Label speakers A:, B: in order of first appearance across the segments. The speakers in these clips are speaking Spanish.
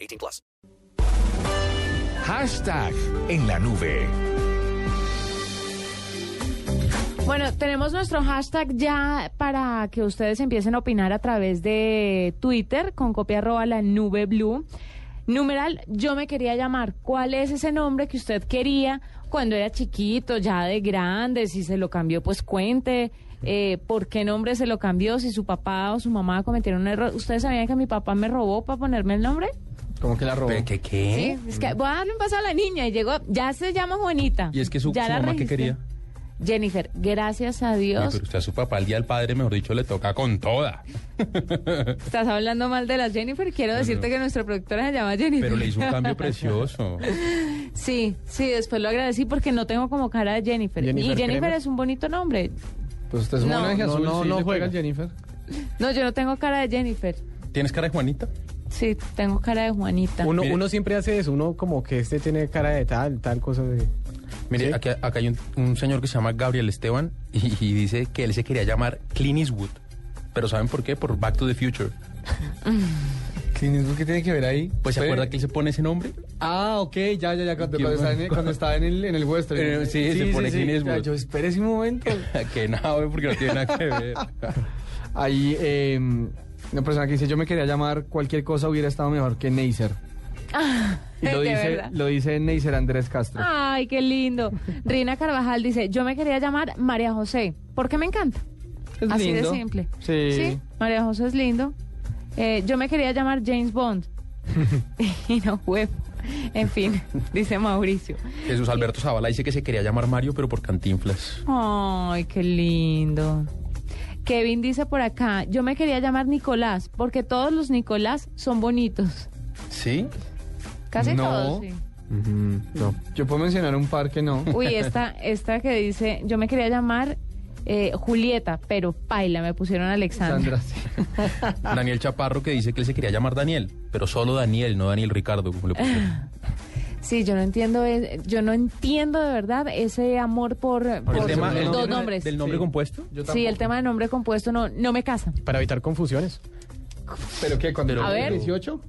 A: 18 plus.
B: Hashtag en la nube.
C: Bueno, tenemos nuestro hashtag ya para que ustedes empiecen a opinar a través de Twitter con copia arroba la nube blue. Numeral, yo me quería llamar. ¿Cuál es ese nombre que usted quería cuando era chiquito, ya de grande? Si se lo cambió, pues cuente. eh, ¿Por qué nombre se lo cambió? Si su papá o su mamá cometieron un error. ¿Ustedes sabían que mi papá me robó para ponerme el nombre?
D: ¿Cómo que la robó?
B: ¿Qué
C: Sí,
B: qué?
C: es que voy a darle un paso a la niña y llegó, ya se llama Juanita.
D: ¿Y es que su,
C: Ya
D: su
C: la
D: mamá qué
C: registré.
D: quería?
C: Jennifer, gracias a Dios.
E: Pero usted a su papá, el día del padre, mejor dicho, le toca con toda.
C: Estás hablando mal de la Jennifer. Quiero decirte que nuestra productora se llama Jennifer.
E: Pero le hizo un cambio precioso.
C: Sí, sí, después lo agradecí porque no tengo como cara de Jennifer.
D: Jennifer
C: y Jennifer
D: Kremer.
C: es un bonito nombre.
D: Pues usted es un
C: No,
D: homenaje
C: no,
D: azul.
B: no,
D: sí,
B: no
D: le
B: juega.
D: pega Jennifer.
C: No, yo no tengo cara de Jennifer.
E: ¿Tienes cara de Juanita?
C: Sí, tengo cara de Juanita.
B: Uno,
E: Mire.
B: uno siempre hace eso, uno como que este tiene cara de tal, tal cosa de...
E: Mire,
B: Sí.
E: aquí- acá hay un, un señor que se llama Gabriel Esteban y, y dice que él se quería llamar Clint Eastwood. Pero ¿saben por qué? Por Back to the Future.
D: Clint Eastwood, ¿Qué tiene que ver ahí?
E: Pues se
D: Fue-
E: acuerda que él se pone ese nombre.
D: Ah, ok, ya, ya, ya, cuando,
E: Qué
D: cuando
E: bueno.
D: está, en el, cuando está en el, en el western.
E: Eh, sí, se pone Clint Eastwood.
D: Ya, Yo esperé ese momento.
E: que no, porque no tiene nada que ver.
D: Ahí, eh, una persona que dice, yo me quería llamar cualquier cosa hubiera estado mejor que Neisser. Y
E: Eh,
D: lo
C: de
D: dice,
C: verdad.
D: lo dice Neisser Andrés Castro.
E: Ah,
C: Ay, qué lindo. Rina Carvajal dice, yo me quería llamar María José porque me encanta.
D: Es
C: Así
D: lindo.
C: de simple.
D: Sí.
C: María José es lindo. Eh, yo me quería llamar James Bond. y no fue. En fin, dice Mauricio.
E: Jesús Alberto Zavala dice que se quería llamar Mario, pero por Cantinflas.
C: Ay, qué lindo. Kevin dice por acá, yo me quería llamar Nicolás, porque todos los Nicolás son bonitos.
E: ¿Sí?
C: Casi
D: No.
C: todos, sí.
B: Ujú, no.
D: Yo puedo mencionar un par que no.
C: Uy, esta, esta que dice, yo me quería llamar eh, Julieta, pero paila, me pusieron Alexandra.
D: Sandra, sí.
E: Daniel Chaparro que dice que él se quería llamar Daniel, pero solo Daniel, no Daniel Ricardo, como le pusieron.
C: Sí, yo no entiendo, eh, yo no entiendo de verdad ese amor por, por
E: el tema, el
C: dos
E: tema
C: nombres.
E: del nombre
D: Sí.
E: compuesto.
D: Yo
C: sí, el
D: tampoco.
C: tema de nombre compuesto no, no me casa.
B: Para evitar confusiones.
D: ¿Pero qué? ¿Cuando
E: Pero-
C: A ver.
D: 18?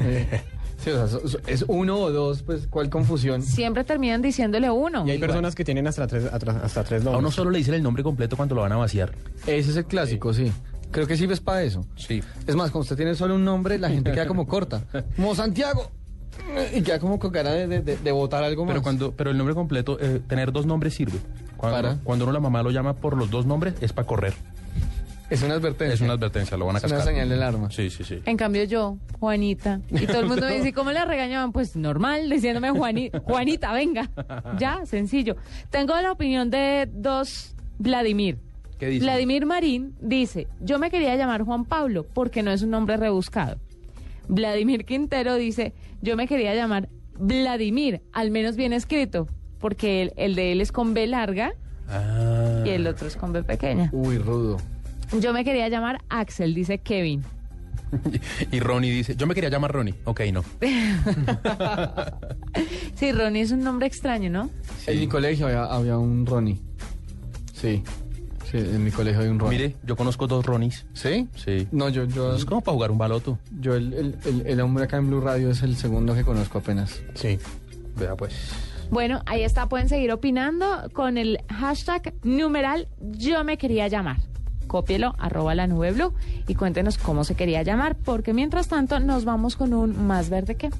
D: Eh, sí, o sea, so- so- es uno o dos, pues, ¿cuál confusión?
C: Siempre terminan diciéndole uno.
B: Y hay personas que tienen hasta tres, atra- hasta tres
E: A uno
B: nombres.
E: solo le dicen el nombre completo cuando lo van a vaciar.
D: Ese es el clásico, sí. Creo que sirve para eso.
E: Sí.
D: Es más, cuando usted tiene solo un nombre, la gente queda como corta. Como Santiago. Y queda como con cara de, de, de- de botar algo más.
E: Pero cuando, pero el nombre completo, eh, tener dos nombres sirve. Cuando,
D: Para.
E: cuando uno la mamá lo llama por los dos nombres, es para correr.
D: Es una advertencia.
E: Es una advertencia, lo van a
D: Es una
E: cascar.
D: señal de alarma.
E: Sí, sí, sí.
C: En cambio yo, Juanita, y todo el mundo me dice, ¿cómo la regañaban? Pues normal, diciéndome, "Juani- Juanita, venga. Ya, sencillo. Tengo la opinión de dos Vladimir.
E: ¿Qué dice?
C: Vladimir Marín dice, yo me quería llamar Juan Pablo porque no es un nombre rebuscado. Vladimir Quintero dice, yo me quería llamar Vladimir, al menos bien escrito, porque el, el de él es con B larga
E: Ah.
C: y el otro es con B pequeña.
D: Uy, rudo.
C: Yo me quería llamar Axel, dice Kevin.
E: Y Ronnie dice, yo me quería llamar Ronnie. Ok, no.
C: Sí, Ronnie es un nombre extraño, ¿no?
D: En mi colegio había, había un Ronnie. Sí. Sí, en mi colegio hay un Ronnie.
E: Mire, yo conozco dos Ronnies.
D: ¿Sí?
E: Sí.
D: No, yo, yo,
E: Es como para jugar un baloto.
D: yo el, el- el- el hombre acá en Blue Radio es el segundo que conozco apenas.
B: Sí.
E: Vea pues.
C: Bueno, ahí está, pueden seguir opinando con el hashtag numeral yo me quería llamar. Cópielo, arroba la nube blue y cuéntenos cómo se quería llamar, porque mientras tanto nos vamos con un más verde que.